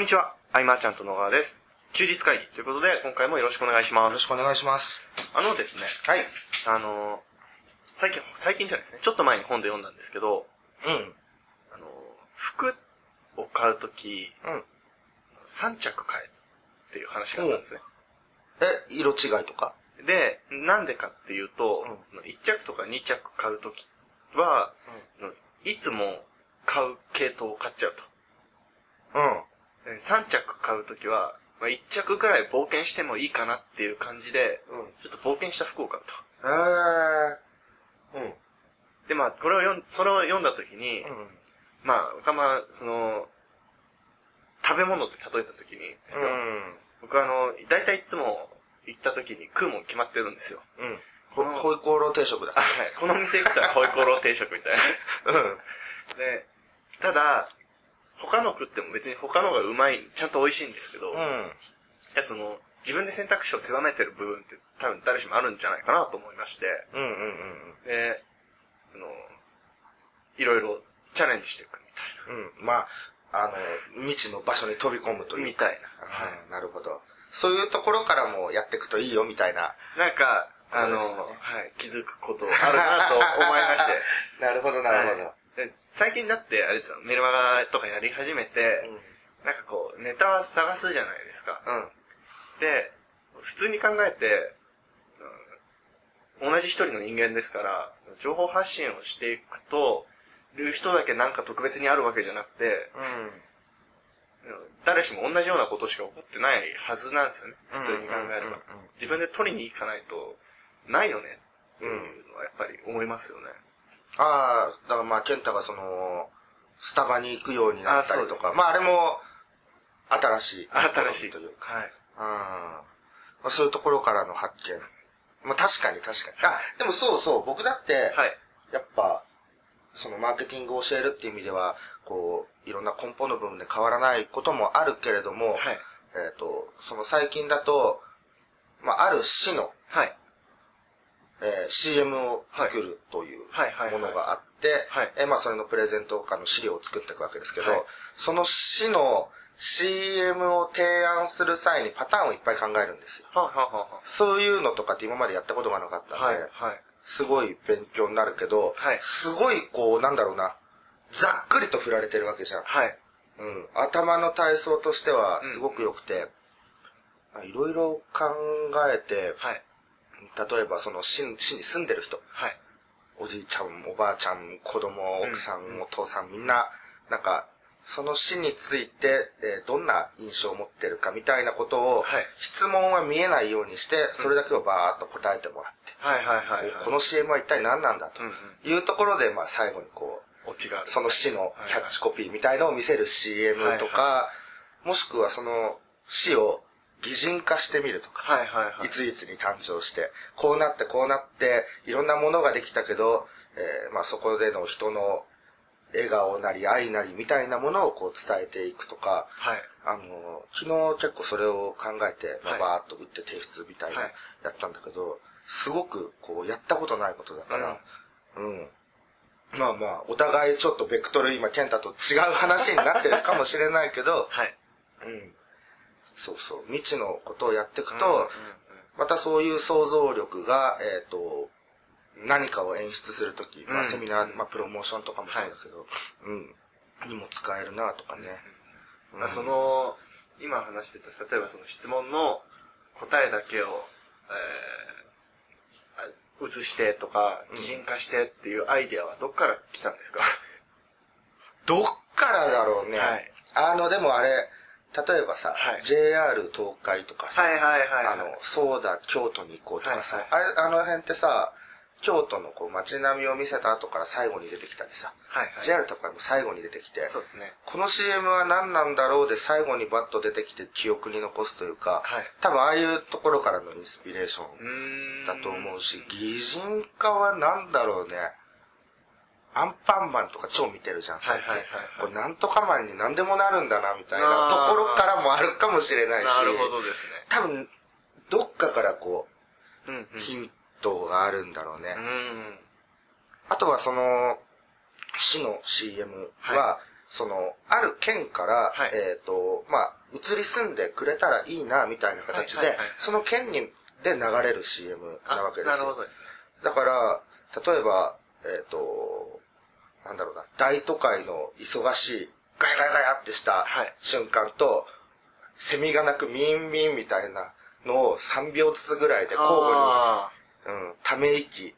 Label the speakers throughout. Speaker 1: にちは。アイマーちゃんと野川です。休日会議ということで、今回もよろしくお願いしま
Speaker 2: よろし
Speaker 1: す。
Speaker 2: くお願いします。
Speaker 1: あのですね、
Speaker 2: はい。
Speaker 1: あのー最近、最近じゃないですね、ちょっと前に本で読んだんですけど、
Speaker 2: うん。
Speaker 1: あのー服を買うとき、
Speaker 2: うん。
Speaker 1: 3着買えっていう話があったんですね。
Speaker 2: え、色違いとか
Speaker 1: で、なんでかっていうと、1着とか2着買うときは、いつも買う系統を買っちゃうと。
Speaker 2: うん。
Speaker 1: えー3着買うときは、まあ、1着くらい冒険してもいいかなっていう感じで、
Speaker 2: うん
Speaker 1: ちょっと冒険した服を買うと。
Speaker 2: えー。うん。
Speaker 1: で、まあ、これを読ん、それを読んだときに、
Speaker 2: うん。
Speaker 1: まあ、岡間、その、食べ物って例えたときにですよ、僕はあの、大体いつも行ったときに食うもん決まってるんですよ。
Speaker 2: うん。
Speaker 1: この
Speaker 2: ホイコーロー定食だ
Speaker 1: あ。はいこの店行ったらホイコーロー定食みたいな。
Speaker 2: うん。
Speaker 1: で、ただ、他の食っても別に他のがうまい、ちゃんと美味しいんですけど、
Speaker 2: うん。
Speaker 1: いや、その、自分で選択肢を狭めてる部分って多分誰しもあるんじゃないかなと思いまして、
Speaker 2: うんうんうん
Speaker 1: で、あの、いろいろチャレンジしていくみ
Speaker 2: うん。うん。まあ、あの、未知の場所に飛び込む
Speaker 1: た
Speaker 2: と
Speaker 1: いな。
Speaker 2: い
Speaker 1: み
Speaker 2: う。
Speaker 1: たい
Speaker 2: はい。なるほど。そういうところからもやっていくといいよ、みたいな。
Speaker 1: な。なんか、あの、
Speaker 2: そうです
Speaker 1: はい、気づくことあるなと思いまして。
Speaker 2: て。 なるほど、なるほど。
Speaker 1: はいで最近だって、あれですよ、メルマガとかやり始めて、なんかこう、ネタは探すじゃないですか。
Speaker 2: うん。
Speaker 1: で、普通に考えて、うん同じ一人の人間ですから、情報発信をしていくと、る人だけなんか特別にあるわけじゃなくて、
Speaker 2: うん。
Speaker 1: うん誰しも同じようなことしか起こってないはずなんですよね。普通に考えれば
Speaker 2: うんうんうんうん。
Speaker 1: 自分で取りに行かないと、ないよねっていうのはやっぱり思いますよね。
Speaker 2: ああ、だからまあ、健太がその、スタバに行くようになった
Speaker 1: あそ
Speaker 2: り
Speaker 1: うで
Speaker 2: と
Speaker 1: すね
Speaker 2: か、まあ、あれも、新しい。
Speaker 1: 新しいで
Speaker 2: とい
Speaker 1: す
Speaker 2: う。か。
Speaker 1: はい。
Speaker 2: うん。まあ、そういうところからの発見。まあ、確かに確かに。あ、でもそうそう、僕だって、
Speaker 1: はい。
Speaker 2: やっぱ、そのマーケティングを教えるっていう意味では、こう、いろんな根本の部分で変わらないこともあるけれども、
Speaker 1: はい。
Speaker 2: えっ、と、その最近だと、まあ、ある市の、
Speaker 1: はい。
Speaker 2: えー CM を作るという
Speaker 1: はいはいはいはい
Speaker 2: ものがあって
Speaker 1: はい、
Speaker 2: えーまあそれのプレゼントとかの資料を作っていくわけですけど、
Speaker 1: はい
Speaker 2: その市の CM を提案する際にパターンをいっぱい考えるんですよ。
Speaker 1: はあ、はあはあは
Speaker 2: そういうのとかって今までやったことがなかった
Speaker 1: あ、
Speaker 2: んで、
Speaker 1: はい。はい。
Speaker 2: すごい勉強になるけど、
Speaker 1: はい
Speaker 2: すごいこう、なんだろうな、ざっくりと振られてるわけじゃん。
Speaker 1: はい。
Speaker 2: うん、頭の体操としてはすごく良くて、いろいろ考えて、
Speaker 1: はい。
Speaker 2: 例えばその市市に住んでる人、
Speaker 1: はい。
Speaker 2: おじいちゃん、おばあちゃん、子供、
Speaker 1: うん
Speaker 2: 奥さん、お父さん、みんな、なんか、その死について、えーどんな印象を持ってるかみたいなことを、
Speaker 1: はい
Speaker 2: 質問は見えないようにして、それだけをバーっと答えてもらって、
Speaker 1: はい。はい。はい。
Speaker 2: この CM は一体何なんだと
Speaker 1: うんうん
Speaker 2: いうところで、まあ最後にこう、
Speaker 1: オチがある。
Speaker 2: その死のキャッチコピーみたいのを見せる CM とか、もしくはその死を擬人化してみるとか、
Speaker 1: はい。はい。はい
Speaker 2: い。ついつに誕生して、こうなってこうなって、いろんなものができたけど、えーまあそこでの人の笑顔なり愛なりみたいなものをこう伝えていくとか、
Speaker 1: はい。
Speaker 2: あの、昨日結構それを考えて、ま
Speaker 1: は
Speaker 2: あ、
Speaker 1: い
Speaker 2: バーっと打って提出みたいな
Speaker 1: はい、
Speaker 2: やったんだけど、すごくこうやったことないことだから、うん。まあまあ、お互いちょっとベクトル今、健太と違う話になってるかもしれないけど
Speaker 1: はい。
Speaker 2: うん。そうそう、未知のことをやっていくと、
Speaker 1: うんうんうん
Speaker 2: またそういう想像力が、えっ、と、何かを演出するとき、まあ
Speaker 1: うん
Speaker 2: セミナー、まあプロモーションとかもそうだけど、うん。にも使えるなとかね。
Speaker 1: まあその、今話してた、例えばその質問の答えだけを、えー、あ写してとか、擬人化してっていうアイデアはどっから来たんですか
Speaker 2: どっからだろうね。
Speaker 1: はい
Speaker 2: あの、でもあれ、例えばさ、
Speaker 1: はい
Speaker 2: JR 東海とかさ、
Speaker 1: はいはいはい。
Speaker 2: あの、そうだ、京都に行こうとかさ、
Speaker 1: はい
Speaker 2: あれ、あの辺ってさ、京都のこう街並みを見せた後から最後に出てきたりさ、
Speaker 1: はいはい
Speaker 2: JR とかも最後に出てきて、
Speaker 1: そうですね。
Speaker 2: この CM は何なんだろうで最後にバッと出てきて記憶に残すというか、
Speaker 1: はい
Speaker 2: 多分ああいうところからのインスピレーショ
Speaker 1: う
Speaker 2: ン
Speaker 1: ーん。
Speaker 2: だと思うし、擬人化は何だろうね。アンパンマンとか超見てるじゃん。
Speaker 1: はいはいはいはい
Speaker 2: これなんとかマンに何でもなるんだなみたいなところからもあるかもしれないし、
Speaker 1: なるほどですね。
Speaker 2: 多分どっかからこ
Speaker 1: うんうん。
Speaker 2: う、ヒントがあるんだろうね。
Speaker 1: うん。
Speaker 2: あとはその、市の CM は、
Speaker 1: は
Speaker 2: その、ある県から、
Speaker 1: はい
Speaker 2: えっ、と、まあ、移り住んでくれたらいいな、みたいな形で、
Speaker 1: はいはいはい
Speaker 2: その県に、で流れる CM
Speaker 1: あ
Speaker 2: なわけですよ。
Speaker 1: なるほどですね。
Speaker 2: だから、例えば、えっ、と、なんだろうな、大都会の忙しい、ガヤガヤガヤってした
Speaker 1: はい
Speaker 2: 瞬間と、セミが鳴くミンミンみたいなのを3秒ずつぐらいで交互
Speaker 1: あ
Speaker 2: に、うん、ため息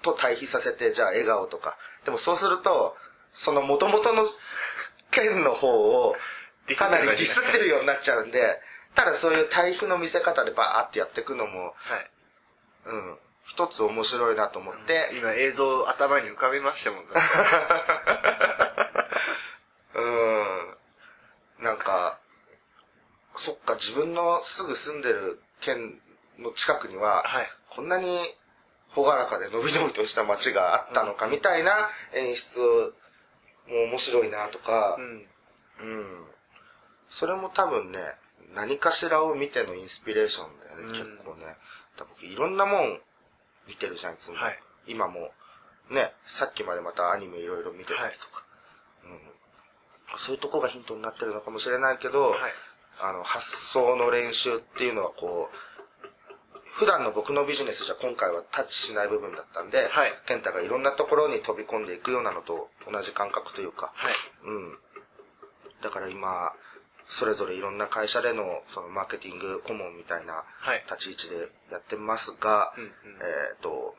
Speaker 2: と対比させて、じゃあ笑顔とか。でもそうすると、その元々の県の方を、
Speaker 1: ディスっ
Speaker 2: か
Speaker 1: て
Speaker 2: な
Speaker 1: る
Speaker 2: り
Speaker 1: 感
Speaker 2: デ
Speaker 1: じ
Speaker 2: ィスってるようになっちゃうんで、ただそういう対比の見せ方でバーってやっていくのも、
Speaker 1: ーはい。
Speaker 2: うん。一つ面白いなと思って、
Speaker 1: 今映像頭に浮かびましたもん。 だって
Speaker 2: うん。なんか、そっか、自分のすぐ住んでる県の近くには、
Speaker 1: はい
Speaker 2: こんなに朗らかで伸び伸びとした街があったのかみたいな演出も面白いなとか
Speaker 1: う、ん。
Speaker 2: うん。それも多分ね、何かしらを見てのインスピレーションだよね、
Speaker 1: うん
Speaker 2: 結構ね。だから僕いろんなもん見てるじゃん、いつも。
Speaker 1: はい
Speaker 2: 今も、ね、さっきまでまたアニメいろいろ見てたりとか、うん。そういうとこがヒントになってるのかもしれないけど、
Speaker 1: はい
Speaker 2: あの、発想の練習っていうのはこう、普段の僕のビジネスじゃ今回はタッチしない部分だったんで、
Speaker 1: はい
Speaker 2: 健太がいろんなところに飛び込んでいくようなのと同じ感覚というか、
Speaker 1: はい。
Speaker 2: うん。だから今、それぞれいろんな会社での、そのマーケティング顧問みたいな
Speaker 1: はい
Speaker 2: 立ち位置でやってますが、
Speaker 1: うんうん
Speaker 2: えっ、と、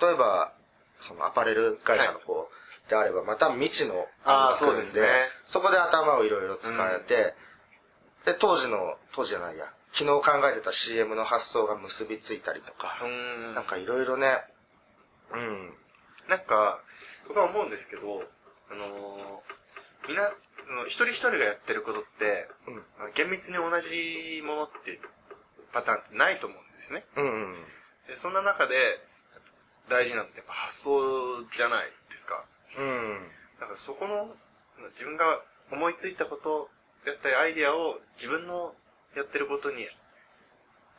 Speaker 2: 例えば、そのアパレル会社の方であれば、また未知の
Speaker 1: あー
Speaker 2: が来る
Speaker 1: そ
Speaker 2: ん
Speaker 1: うですね
Speaker 2: そこで頭をいろいろ使えて、で、当時の、当時じゃないや、昨日考えてた CM の発想が結びついたりとか
Speaker 1: う、ーん
Speaker 2: なんかいろいろね、うん、
Speaker 1: なんか、僕は思うんですけど、あのーみんな、あの一人一人がやってることって、
Speaker 2: うん
Speaker 1: あの厳密に同じものっていうパターンってないと思うんですね。
Speaker 2: うん、うん。
Speaker 1: でそんな中で、大事なのってやっぱ発想じゃないですか。
Speaker 2: うん
Speaker 1: だからそこの、自分が思いついたことだったりアイディアを自分のやってることに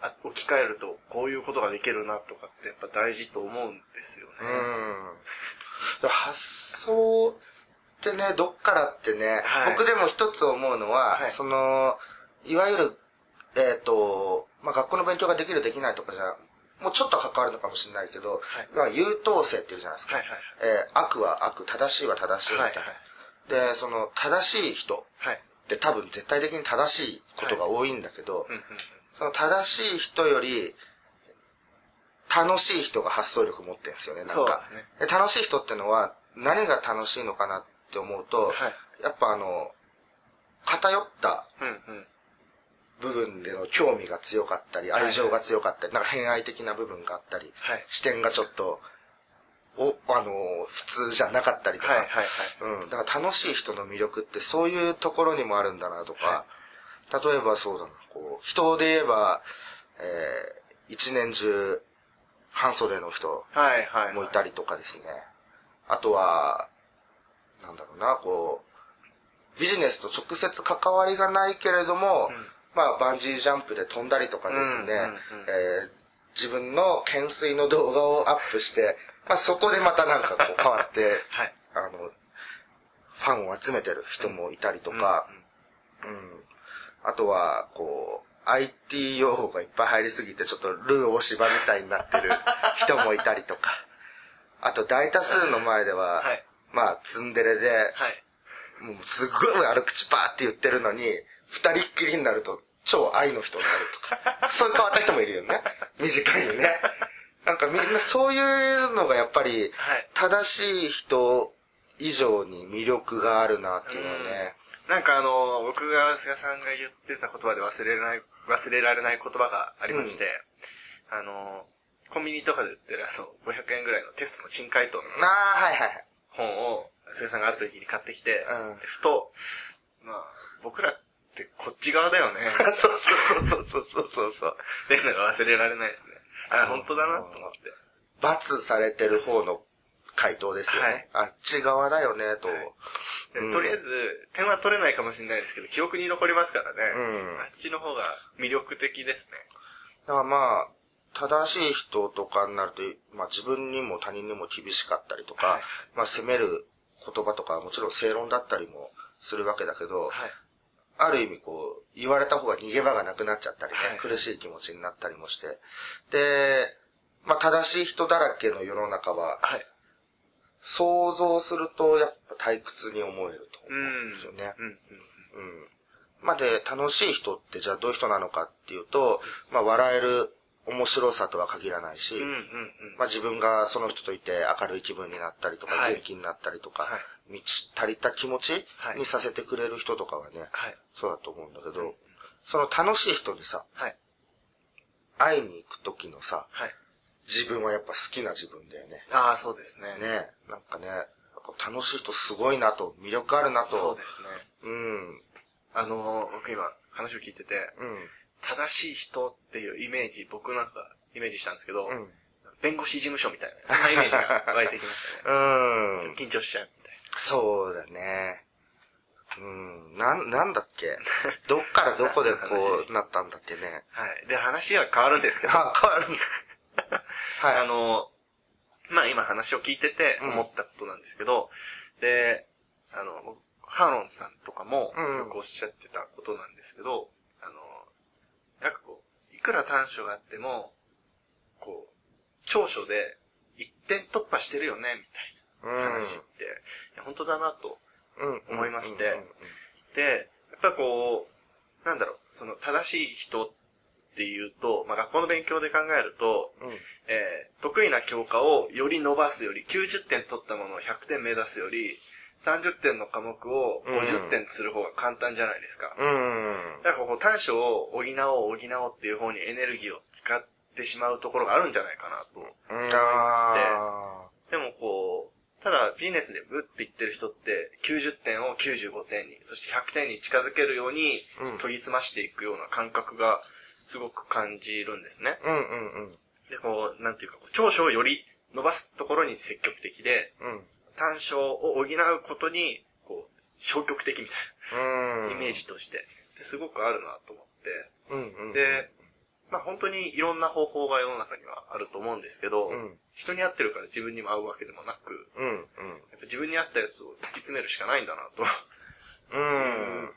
Speaker 1: あ置き換えると、こういうことができるなとかってやっぱ大事と思うんですよね。
Speaker 2: うん。発想ってね、どっからってね、
Speaker 1: はい
Speaker 2: 僕でも一つ思うのは、
Speaker 1: はい
Speaker 2: その、いわゆる、えっ、と、まあ、学校の勉強ができるできないとかじゃ、もうちょっと関わるのかもしれないけど、
Speaker 1: はい
Speaker 2: まあ優等生っていうじゃないですか。
Speaker 1: はいはい
Speaker 2: えー悪は悪、正しいは正しいみたいな。で、その、正しい人
Speaker 1: はい。はい。
Speaker 2: って多分絶対的に正しいことが多いんだけど、
Speaker 1: うんうん。
Speaker 2: その正しい人より、楽しい人が発想力持ってるんですよね、なんか。
Speaker 1: そうですね。
Speaker 2: で楽しい人ってのは、何が楽しいのかなって思うと、
Speaker 1: はい。
Speaker 2: やっぱあの、偏った
Speaker 1: うんうん。
Speaker 2: 部分での興味が強かったり、
Speaker 1: はい
Speaker 2: 愛情が強かったり、なんか偏愛的な部分があったり、
Speaker 1: はい
Speaker 2: 視点がちょっと、お、あの、普通じゃなかったりとか、
Speaker 1: はいはいはい。
Speaker 2: うん。だから楽しい人の魅力ってそういうところにもあるんだなとか、例えばそうだな、こう、人で言えば、えー一年中、半袖の人、
Speaker 1: はいはいはい。
Speaker 2: もいたりとかですね。あとは、なんだろうな、こう、ビジネスと直接関わりがないけれども、まあ、バンジージャンプで飛んだりとかですね、
Speaker 1: うんうんうん
Speaker 2: えー自分の懸垂の動画をアップして、まあ、そこでまたなんかこう変わって、
Speaker 1: はい。
Speaker 2: あの、ファンを集めてる人もいたりとか、
Speaker 1: うんうん
Speaker 2: うんあとは、こう、IT 用語がいっぱい入りすぎて、ちょっとルー大芝みたいになってる人もいたりとか。あと、大多数の前では、
Speaker 1: はい
Speaker 2: まあ、ツンデレで、
Speaker 1: はい。
Speaker 2: もうすっごい悪口バーって言ってるのに、二人っきりになると、超愛の人になると か。そういう変わった人もいるよね。短いよね。なんかみんなそういうのがやっぱり、
Speaker 1: はい
Speaker 2: 正しい人以上に魅力があるなっていうのはね。
Speaker 1: なんかあの、僕が菅さんが言ってた言葉で忘れられない、忘れられない言葉がありまして、あの、コンビニとかで売ってるあの、500円ぐらいのテストの珍回答の
Speaker 2: なあ、はいはいはい。
Speaker 1: 本を、菅さんがある時に買ってきて、
Speaker 2: うん
Speaker 1: でふと、まあ、僕らってこっち側だよね。
Speaker 2: あ そうそうそうそうそうそ うそう。
Speaker 1: っていうのが忘れられないですね。あ、本当だなと思って。
Speaker 2: 罰されてる方の回答ですよね。あっち側だよね、と。
Speaker 1: で
Speaker 2: うん
Speaker 1: とりあえず、点は取れないかもしれないですけど、記憶に残りますからね。
Speaker 2: うん
Speaker 1: あっちの方が魅力的ですね。
Speaker 2: だからまあ、正しい人とかになると、まあ自分にも他人にも厳しかったりとか、
Speaker 1: はい
Speaker 2: まあ責める言葉とか、もちろん正論だったりもするわけだけど、
Speaker 1: はい。
Speaker 2: ある意味こう、言われた方が逃げ場がなくなっちゃったりね、
Speaker 1: はい
Speaker 2: 苦しい気持ちになったりもして。で、まあ正しい人だらけの世の中は、
Speaker 1: はい。
Speaker 2: 想像するとやっぱ退屈に思えると思うんですよね。
Speaker 1: うん。うん。
Speaker 2: うん。まあで、楽しい人ってじゃあどういう人なのかっていうと、まあ笑える面白さとは限らないし、
Speaker 1: うん。うん。うん。
Speaker 2: まあ自分がその人といて明るい気分になったりとか、
Speaker 1: はい
Speaker 2: 元気になったりとか、
Speaker 1: はい
Speaker 2: 満ち足りた気持ち
Speaker 1: はい
Speaker 2: にさせてくれる人とかはね、
Speaker 1: はい。
Speaker 2: そうだと思うんだけど、その楽しい人にさ、
Speaker 1: はい。
Speaker 2: 会いに行く時のさ、
Speaker 1: はい。
Speaker 2: 自分はやっぱ好きな自分だよね。
Speaker 1: ああ、そうですね。
Speaker 2: ねえなんかね、やっぱ楽しい人すごいなと、魅力あるなと。
Speaker 1: そうですね。
Speaker 2: うん。うん。
Speaker 1: あのー、僕今話を聞いてて、正しい人っていうイメージ、僕なんかイメージしたんですけど、
Speaker 2: うん。
Speaker 1: 弁護士事務所みたいな、そんなイメージが湧いてきましたね。
Speaker 2: うん。
Speaker 1: 緊張しちゃうみたい
Speaker 2: そうだね。うん。なん、なんだっ けどっからどこでこうなったんだっけね。
Speaker 1: な。はい。で、話は変わるんですけど、
Speaker 2: あ、変わるんだ。はい。
Speaker 1: あの、まあ今話を聞いてて
Speaker 2: うん
Speaker 1: 思ったことなんですけど、で、あの、僕ハーロンさんとかも
Speaker 2: うん
Speaker 1: よくおっしゃってたことなんですけど、あの、なんかこう、いくら短所があっても、こう、長所で一点突破してるよね、み
Speaker 2: う
Speaker 1: たい
Speaker 2: ん
Speaker 1: な話って、いや本当だなと
Speaker 2: うん
Speaker 1: 思いまして
Speaker 2: うんうん
Speaker 1: で、やっぱこう、なんだろう、その正しい人っていうと、まあ学校の勉強で考えると、
Speaker 2: うんうん
Speaker 1: えー得意な教科をより伸ばすより、90点取ったものを100点目指すより、30点の科目を50点する方が簡単じゃないですか。
Speaker 2: うん。
Speaker 1: なんかこう短所を補おう補おうっていう方にエネルギーを使ってしまうところがあるんじゃないかなと。
Speaker 2: うん。あ
Speaker 1: でもこう、ただビジネスでグッていってる人って90点を95点に、そして100点に近づけるように
Speaker 2: うん
Speaker 1: 研ぎ澄ましていくような感覚がすごく感じるんですね。
Speaker 2: ーうんうんうん。
Speaker 1: で、こう、なんていうか、こう長所をより伸ばすところに積極的で、
Speaker 2: うん。
Speaker 1: 短所を補うことに、こう、消極的みたいなイメージとして、ですごくあるなと思っ
Speaker 2: うんうん。
Speaker 1: て、で、まあ本当にいろんな方法が世の中にはあると思うんですけど、
Speaker 2: うん
Speaker 1: 人に合ってるから自分にも合うわけでもなく、
Speaker 2: うんうん。
Speaker 1: やっぱ自分に合ったやつを突き詰めるしかないんだな と。
Speaker 2: うん。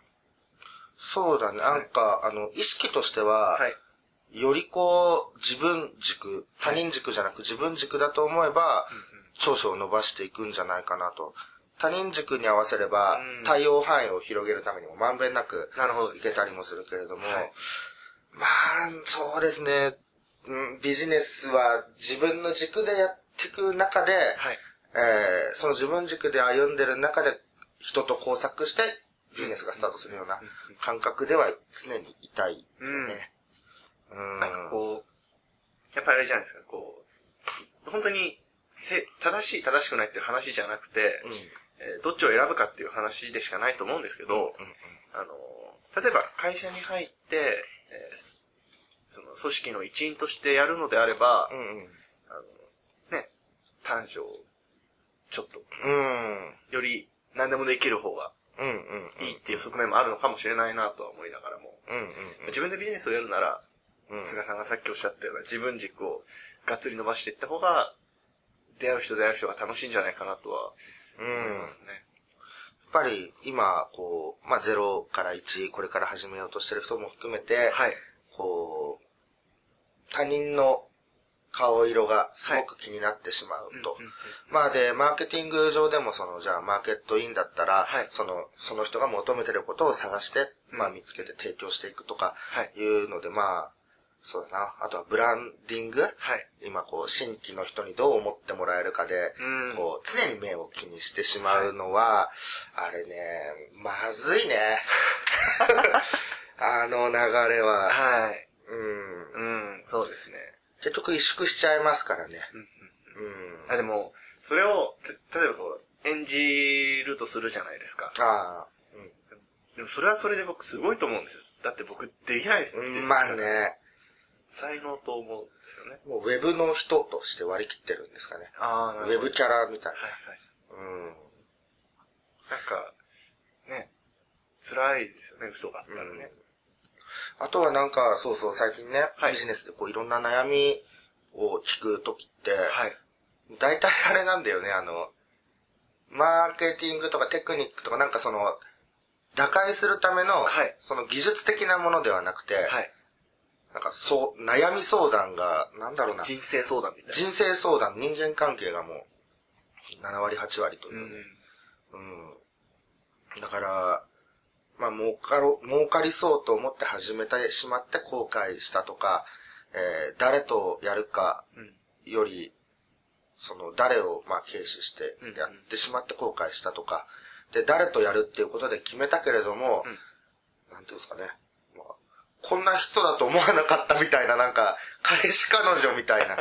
Speaker 2: そうだね。なんか、あの、意識としては、
Speaker 1: はい。
Speaker 2: よりこう、自分軸、他人軸じゃなく自分軸だと思えば、長所を伸ばしていくんじゃないかなと。他人軸に合わせれば
Speaker 1: うん、
Speaker 2: 対応範囲を広げるためにもまんべんなく
Speaker 1: なるほどで
Speaker 2: い
Speaker 1: す、
Speaker 2: け
Speaker 1: ね。
Speaker 2: たりもするけれども、
Speaker 1: はい
Speaker 2: まあ、そうですね、うんビジネスは自分の軸でやっていく中で、
Speaker 1: はい。
Speaker 2: えーその自分軸で歩んでる中で人と交錯してビジネスがスタートするような感覚では常にいたいよね。うん。
Speaker 1: なんかこう、やっぱりあれじゃないですか、こう、本当に、せ正しい正しくないっていう話じゃなくて、
Speaker 2: うん。
Speaker 1: えーどっちを選ぶかっていう話でしかないと思うんですけど、あの、例えば会社に入って、えーすその組織の一員としてやるのであれば、
Speaker 2: うんうん。
Speaker 1: ね、短所をちょっと、
Speaker 2: うん。
Speaker 1: より何でもできる方が
Speaker 2: うんうん。
Speaker 1: いいっていう側面もあるのかもしれないなとは思いながらも、
Speaker 2: うんうん。
Speaker 1: 自分でビジネスをやるなら、
Speaker 2: うん
Speaker 1: 菅さんがさっきおっしゃったような自分軸をがっつり伸ばしていった方が、出会う人出会う人が楽しいんじゃないかなとは
Speaker 2: うん。
Speaker 1: 思い
Speaker 2: や
Speaker 1: ま
Speaker 2: っ
Speaker 1: すね。
Speaker 2: ぱり今、こう、まあ、0から1、これから始めようとしてる人も含めて、
Speaker 1: はい。
Speaker 2: こう、他人の顔色がすごく気になってしまうと。
Speaker 1: うんうんうん
Speaker 2: まあで、マーケティング上でもその、じゃあマーケットインだったら、
Speaker 1: はい
Speaker 2: その、その人が求めてることを探して、まあ見つけて提供していくとか
Speaker 1: はい、
Speaker 2: いうので、まあ、そうだな。あとはブランディング
Speaker 1: はい。
Speaker 2: 今こう、新規の人にどう思ってもらえるかで、
Speaker 1: うん
Speaker 2: こう、常に目を気にしてしまうのは、あれね、まずいね。 あの流れは。
Speaker 1: はい。
Speaker 2: うん。
Speaker 1: うん、そうですね。
Speaker 2: 結局萎縮しちゃいますからね。
Speaker 1: うんうん
Speaker 2: うん。
Speaker 1: あ、でも、それを、た例えばこう、演じるとするじゃないですか。
Speaker 2: ああ。
Speaker 1: でもそれはそれで僕すごいと思うんですよ。だって僕できないです
Speaker 2: う
Speaker 1: で
Speaker 2: ん。
Speaker 1: す
Speaker 2: まあ。ね。
Speaker 1: 才能と思うんですよね。
Speaker 2: もうウェブの人として割り切ってるんですかね。
Speaker 1: ああ、な
Speaker 2: ウ
Speaker 1: るほど。
Speaker 2: ェブキャラみたい
Speaker 1: はいはい。
Speaker 2: な。うん。
Speaker 1: なんか、ね、辛いですよね、嘘があったらね。
Speaker 2: あとはなんか、そうそう、最近ね、
Speaker 1: はい
Speaker 2: ビジネスでこういろんな悩みを聞くときって、
Speaker 1: はい。
Speaker 2: 大体あれなんだよね、あの、マーケティングとかテクニックとかなんかその、打開するための、
Speaker 1: はい
Speaker 2: その技術的なものではなくて、
Speaker 1: はい。
Speaker 2: なんかそう、悩み相談が、なんだろうな、
Speaker 1: 人生相談みたいな。
Speaker 2: 人生相談、人間関係がもう、7割、8割といううね。
Speaker 1: ん。
Speaker 2: だから、まあ、儲かろ、儲かりそうと思って始めてしまって後悔したとか、えー誰とやるか
Speaker 1: うん
Speaker 2: より、その、誰を、まあ、軽視してやってしまって後悔したとか、で、誰とやるっていうことで決めたけれども、なんていうんですかね、まあ、こんな人だと思わなかったみたいな、なんか、彼氏彼女みた いな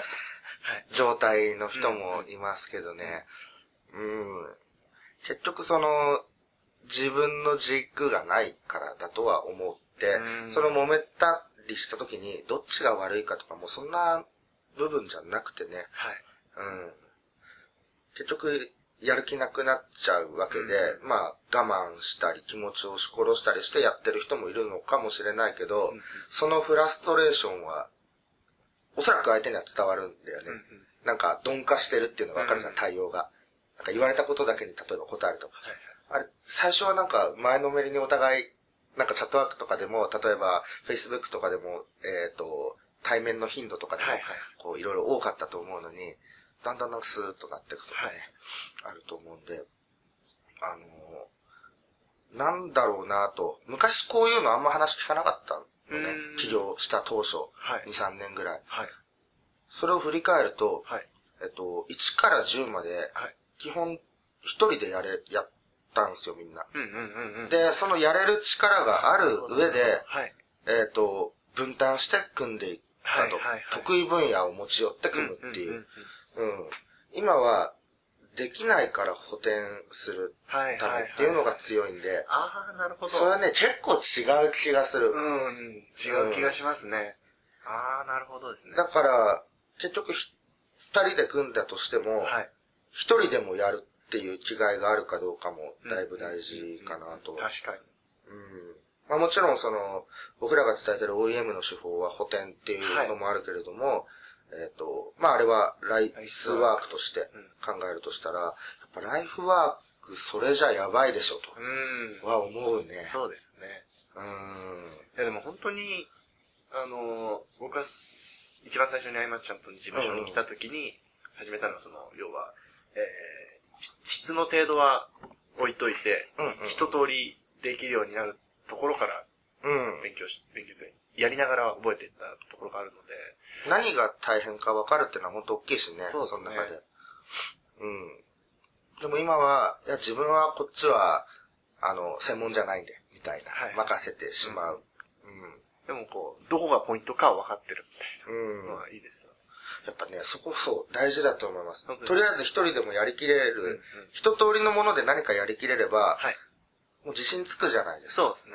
Speaker 2: 状態の人もいますけどね、うん、結局その、自分の軸がないからだとは思って
Speaker 1: う、ん
Speaker 2: その揉めたりした時に、どっちが悪いかとかもうそんな部分じゃなくてね、
Speaker 1: はい。
Speaker 2: うん。結局、やる気なくなっちゃうわけで、まあ、我慢したり、気持ちを押し殺したりしてやってる人もいるのかもしれないけど、そのフラストレーションは、おそらく相手には伝わるんだよね。なんか、鈍化してるっていうのがわかるじゃん、対応が。なんか言われたことだけに例えば答えるとか。あれ、最初はなんか前のめりにお互い、なんかチャットワークとかでも、例えば Facebook とかでも、えっ、と、対面の頻度とかでも
Speaker 1: はいはい、
Speaker 2: こういろいろ多かったと思うのに、だんだんなんかスーッとなっていくとかね、あると思うんで、あのーなんだろうなと、昔こういうのあんま話聞かなかったのね
Speaker 1: うん、
Speaker 2: 起業した当初、
Speaker 1: はい
Speaker 2: 2、3年ぐらい。
Speaker 1: はい。
Speaker 2: それを振り返ると、
Speaker 1: はい。
Speaker 2: えっと、1から10まで、
Speaker 1: はい。
Speaker 2: 基本一人でやれ、やったんですよ、みんな。
Speaker 1: うんうんうんうん。
Speaker 2: で、そのやれる力がある上で、
Speaker 1: はい。
Speaker 2: えっ、と、分担して組んでいったと。
Speaker 1: はいはいはい
Speaker 2: 得意分野を持ち寄って組むっていう。うん
Speaker 1: んんん
Speaker 2: 今は、できないから補填する
Speaker 1: はい
Speaker 2: た
Speaker 1: はい
Speaker 2: め
Speaker 1: は
Speaker 2: っ
Speaker 1: い。
Speaker 2: ていうのが強いんで、
Speaker 1: ああ、なるほど。
Speaker 2: それはね、結構違う気がする。
Speaker 1: うん、違う気がしますね。ああ、なるほどですね。
Speaker 2: だから、結局ひ、二人で組んだとしても、
Speaker 1: はい。
Speaker 2: 一人でもやるっていう気概があるかどうかも、だいぶ大事かなと。
Speaker 1: 確かに。
Speaker 2: うんまあもちろんその、僕らが伝えてる OEM の手法は補填っていうのもあるけれども、えっ、と、まああれはライ
Speaker 1: ライ
Speaker 2: ス
Speaker 1: ス
Speaker 2: ワ
Speaker 1: ワ
Speaker 2: ークとして
Speaker 1: うん
Speaker 2: 考えるとしたら、やっぱライフワークそれじゃやばいでしょ
Speaker 1: うん。
Speaker 2: とは思うね。
Speaker 1: そうですね。
Speaker 2: うん。
Speaker 1: いやでも本当に、あのー僕がす一番最初にあいまっちゃんと事務所に来た時に始めたのはその、要は、えーし質の程度は置いといて、
Speaker 2: うんうん
Speaker 1: 一通りできるようになるところから
Speaker 2: うん。
Speaker 1: 勉強し、勉強する。やりながら覚えていったところがあるので、
Speaker 2: 何が大変か分かるっていうのは本当大きいしね。
Speaker 1: そうですね
Speaker 2: の中で。うん。でも今は、いや自分はこっちは、あの、専門じゃないんで、みたいな。
Speaker 1: はい
Speaker 2: 任せてしまう。
Speaker 1: でもこう、どこがポイントかは分かってるみたい
Speaker 2: うん。うん
Speaker 1: なのはいいですよね。
Speaker 2: やっぱね、そこそう、大事だと思います
Speaker 1: 本当。です
Speaker 2: と
Speaker 1: ね
Speaker 2: りあえず一人でもやりきれる、
Speaker 1: うんうん
Speaker 2: 一通りのもので何かやりきれれば、
Speaker 1: はい。
Speaker 2: もう自信つくじゃないですか。
Speaker 1: そうですね。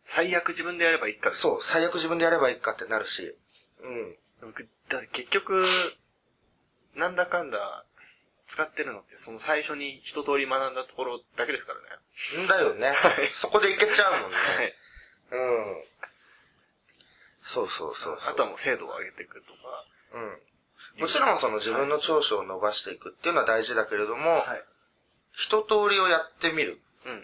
Speaker 1: 最悪自分でやればいいから。
Speaker 2: そう、最悪自分でやればいいかってなるし、うん。
Speaker 1: 僕、だって結局、なんだかんだ、使ってるのって、その最初に一通り学んだところだけですからね。
Speaker 2: んだよね。そこでいけちゃうもんね。
Speaker 1: はい。
Speaker 2: うん。そうそうそうそう。
Speaker 1: あとはもう精度を上げていくとか。
Speaker 2: うん。もちろんその自分の長所を伸ばしていくっていうのは大事だけれども、
Speaker 1: い。
Speaker 2: 一通りをやってみる
Speaker 1: うんうん。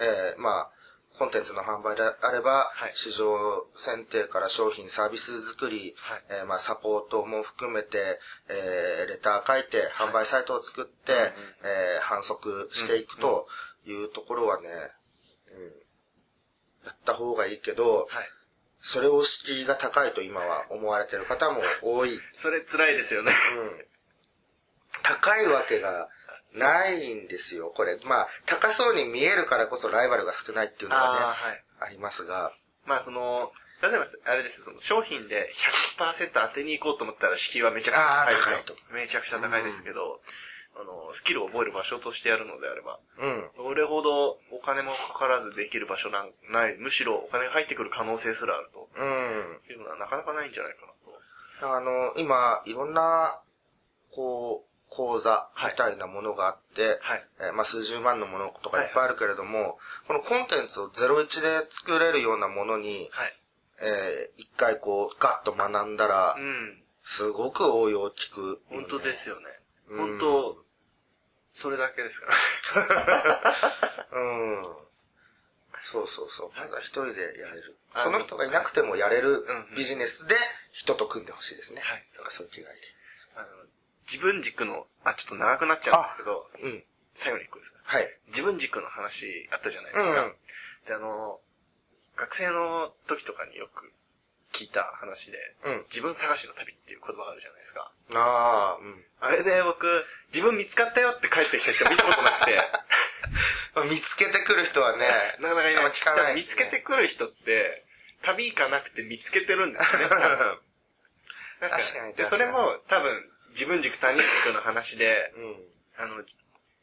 Speaker 2: えーまあ、コンテンツの販売であれば、
Speaker 1: はい
Speaker 2: 市場選定から商品サービス作り、
Speaker 1: はい
Speaker 2: えーまあ、サポートも含めて、えーレター書いて、販売サイトを作って、
Speaker 1: うんうん
Speaker 2: えー反則していくというところはね、うんやった方がいいけど、
Speaker 1: はい。
Speaker 2: それを敷居が高いと今は思われてる方も多い。うん、
Speaker 1: それ辛いです よね。
Speaker 2: 高いわけがないんですよ、これ。まあ、高そうに見えるからこそライバルが少ないっていうのがね、
Speaker 1: ああ、はい。
Speaker 2: ありますが、
Speaker 1: まあその、例えば、あれですよ、その商品で100%当てに行こうと思ったら敷居はめちゃくちゃ高いです
Speaker 2: あー高いと
Speaker 1: よ。めちゃくちゃ高いですけど、あの、スキルを覚える場所としてやるのであれば、
Speaker 2: うん。
Speaker 1: それほどお金もかからずできる場所なんない、むしろお金が入ってくる可能性すらあると
Speaker 2: うん。
Speaker 1: いうのはなかなかないんじゃないかなと。
Speaker 2: あの、今、いろんな、こう、講座みたいなものがあって、
Speaker 1: はい。
Speaker 2: えーまあ、数十万のものとかいっぱいあるけれども、このコンテンツを01で作れるようなものに、
Speaker 1: はい。
Speaker 2: えー一回こう、ガッと学んだら
Speaker 1: う、ん。
Speaker 2: すごく応用効く、。
Speaker 1: 本当ですすよね。
Speaker 2: う
Speaker 1: 本
Speaker 2: ん
Speaker 1: 当、それだけですからね。
Speaker 2: うん。そうそうそう。まずは一人でやれる。
Speaker 1: あ
Speaker 2: この人がいなくてもやれる
Speaker 1: うんうん
Speaker 2: ビジネスで人と組んでほしいですね。
Speaker 1: はい
Speaker 2: そうか、そういう気がい
Speaker 1: あの、自分軸の、あ、ちょっと長くなっちゃうんですけど、
Speaker 2: る。うん。
Speaker 1: 最後に一個ですか。
Speaker 2: はい。
Speaker 1: 自分軸の話あったじゃないですか。
Speaker 2: うんうん
Speaker 1: で、あの、学生の時とかによく聞いた話で、
Speaker 2: うん
Speaker 1: 自分探しの旅っていう言葉があるじゃないですか。
Speaker 2: ああ、うん。
Speaker 1: あれで僕、自分見つかったよって帰ってきた人見たことなく て、
Speaker 2: まあ見つけてくる人はね、
Speaker 1: なかなかい
Speaker 2: あ
Speaker 1: な
Speaker 2: んま
Speaker 1: い。
Speaker 2: 聞かないで
Speaker 1: 見
Speaker 2: す
Speaker 1: つ
Speaker 2: ね
Speaker 1: けてくる人って、旅行かなくて見つけてるんですよね。 多分なん
Speaker 2: 確かに
Speaker 1: で、それも多分、自分軸他人軸の話で、
Speaker 2: うん。
Speaker 1: あの、じ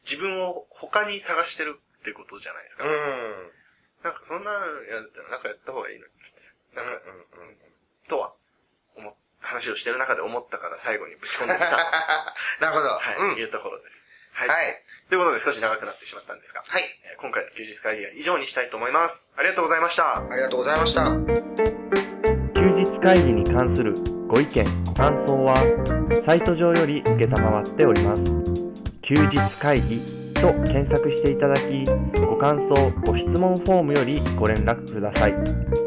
Speaker 1: 自分を他に探してるってことじゃないですか。
Speaker 2: うん。
Speaker 1: なんかそんなのやるってのはなんかやった方がいいのになって。なんか、
Speaker 2: うんうんうん。
Speaker 1: とは、思っ話をしてる中で思ったから最後にぶち込んでみた。 は
Speaker 2: なるほど。
Speaker 1: い、
Speaker 2: うん。
Speaker 1: いうところです。はい。
Speaker 2: はい。
Speaker 1: ということで少し長くなってしまったんですが、
Speaker 2: はい。
Speaker 1: えー今回の休日会議は以上にしたいと思います。ありがとうございました。
Speaker 2: ありがとうございました。
Speaker 3: 休日会議に関するご意見ご感想はサイト上より承っております休日会議と検索していただきご感想ご質問フォームよりご連絡ください